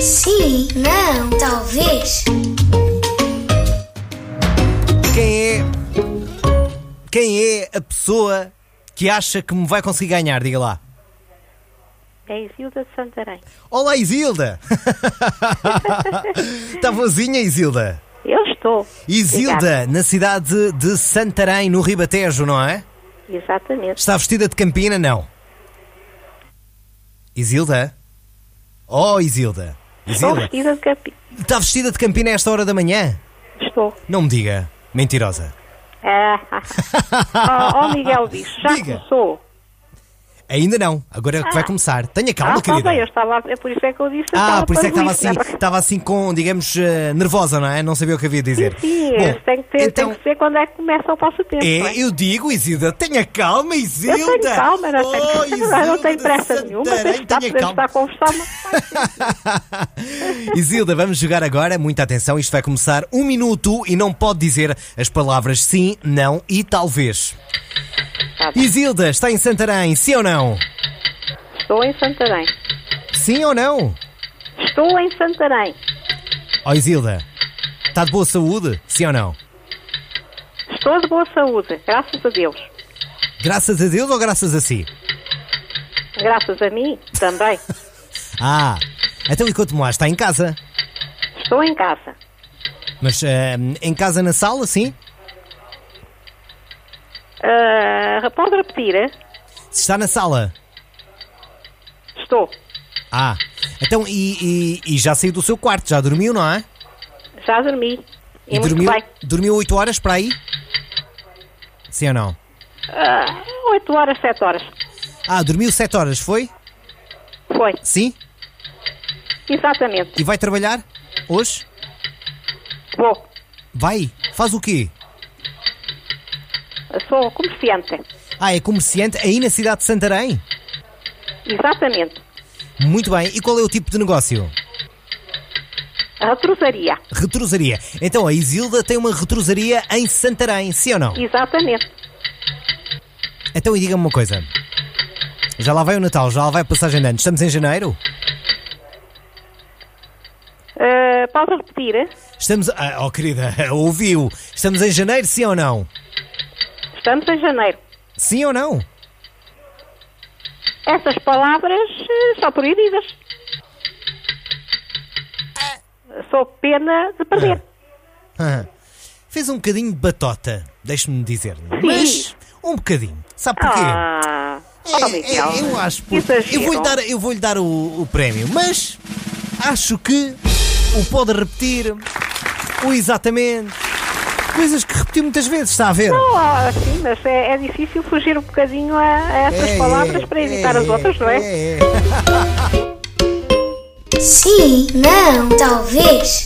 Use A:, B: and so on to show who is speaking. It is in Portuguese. A: Sim, não, talvez.
B: Quem é. Quem é a pessoa que acha que me vai conseguir ganhar? Diga lá.
C: É Isilda de Santarém.
B: Olá, Isilda! Está boazinha, Isilda?
C: Eu estou.
B: Isilda,
C: Obrigada.
B: na cidade de Santarém, no Ribatejo, não é?
C: Exatamente.
B: Está vestida de campina, não? Isilda? Oh, Isilda!
C: Estou
B: Isilda,
C: vestida de capi.
B: está vestida de campina a esta hora da manhã?
C: Estou.
B: Não me diga, mentirosa.
C: Ah, ah, ah. oh, oh, Miguel diz, já
B: Diga.
C: começou.
B: Ainda não, agora é que vai começar. Tenha calma,
C: ah, tá bem, eu
B: querida.
C: estava, é por isso é que eu disse
B: Ah,
C: aquela
B: por isso é que estava assim,
C: parvoíce, não é?
B: estava assim com, digamos, eh, nervosa, não é? Não sabia o que havia de dizer.
C: Sim,
B: Bom,
C: esse tem, que ter,
B: então,
C: tem que ser quando é que começa o passatempo. não
B: É,
C: é?
B: eu digo, Isilda, tenha calma, Isilda.
C: Eu tenho calma, não tenho,
B: Oh,
C: não, não tenho
B: Isilda
C: pressa
B: de
C: nenhuma,
B: Santarém,
C: deixa estar,
B: tenha
C: podemos estar
B: calma.
C: a conversar, mas
B: Isilda, vamos jogar agora, muita atenção, isto vai começar um minuto e não pode dizer as palavras sim, não e talvez.
C: Tá bem.
B: Isilda, está em Santarém, sim ou não?
C: estou em Santarém.
B: Sim ou não?
C: Estou em Santarém.
B: Ó Isilda, está de boa saúde, sim ou não?
C: Estou de boa saúde, graças a Deus.
B: Graças a Deus ou graças a si?
C: Graças a mim, também.
B: Ah, então enquanto me lá, está em casa.
C: Estou em casa.
B: Mas eh, em casa na sala, sim?
C: Ah, pode repetir? eh?
B: Se está na sala.
C: Estou.
B: Ah, então e, e- e já saiu do seu quarto, já dormiu, não é?
C: Já dormi. E, É muito
B: dormiu,
C: bem.
B: dormiu 8 horas para aí? Sim ou não?
C: Ah, 8 horas, 7 horas.
B: Ah, dormiu 7 horas, foi?
C: Foi.
B: Sim?
C: Exatamente.
B: E vai trabalhar? Hoje?
C: Vou.
B: Vai? Faz o quê?
C: Sou comerciante.
B: Ah, é comerciante aí na cidade de Santarém?
C: Exatamente.
B: Muito bem, e qual é o tipo de negócio?
C: A Retrosaria.
B: Retrosaria. Então a Isilda tem uma retrosaria em Santarém, sim ou não?
C: Exatamente.
B: Então e diga-me uma coisa. Já lá vai o Natal, já lá vai a passagem de anos. Estamos em janeiro?
C: Ah, pode repetir? eh?
B: Estamos. Ah, oh, querida, ouviu? Estamos em janeiro, sim ou não?
C: Estamos em janeiro.
B: Sim ou não?
C: Essas palavras eh, são proibidas. Ah, Sou pena de perder.
B: Ah, Fez um bocadinho de batota, deixe-me dizer. Mas um bocadinho. Sabe porquê?
C: Ah,
B: É,
C: oh,
B: é,
C: Miguel.
B: eu acho. por-
C: Exagero.
B: Eu vou-lhe dar, eu vou-lhe dar o, o prémio, mas acho que o pode repetir, o exatamente. Coisas que repetiu muitas vezes, está a ver?
C: Não, ah, sim, mas é, é difícil fugir um bocadinho a, a essas
B: É,
C: palavras para
B: é,
C: evitar as
B: é,
C: outras, não é?
B: é, é.
A: Sim, não, talvez.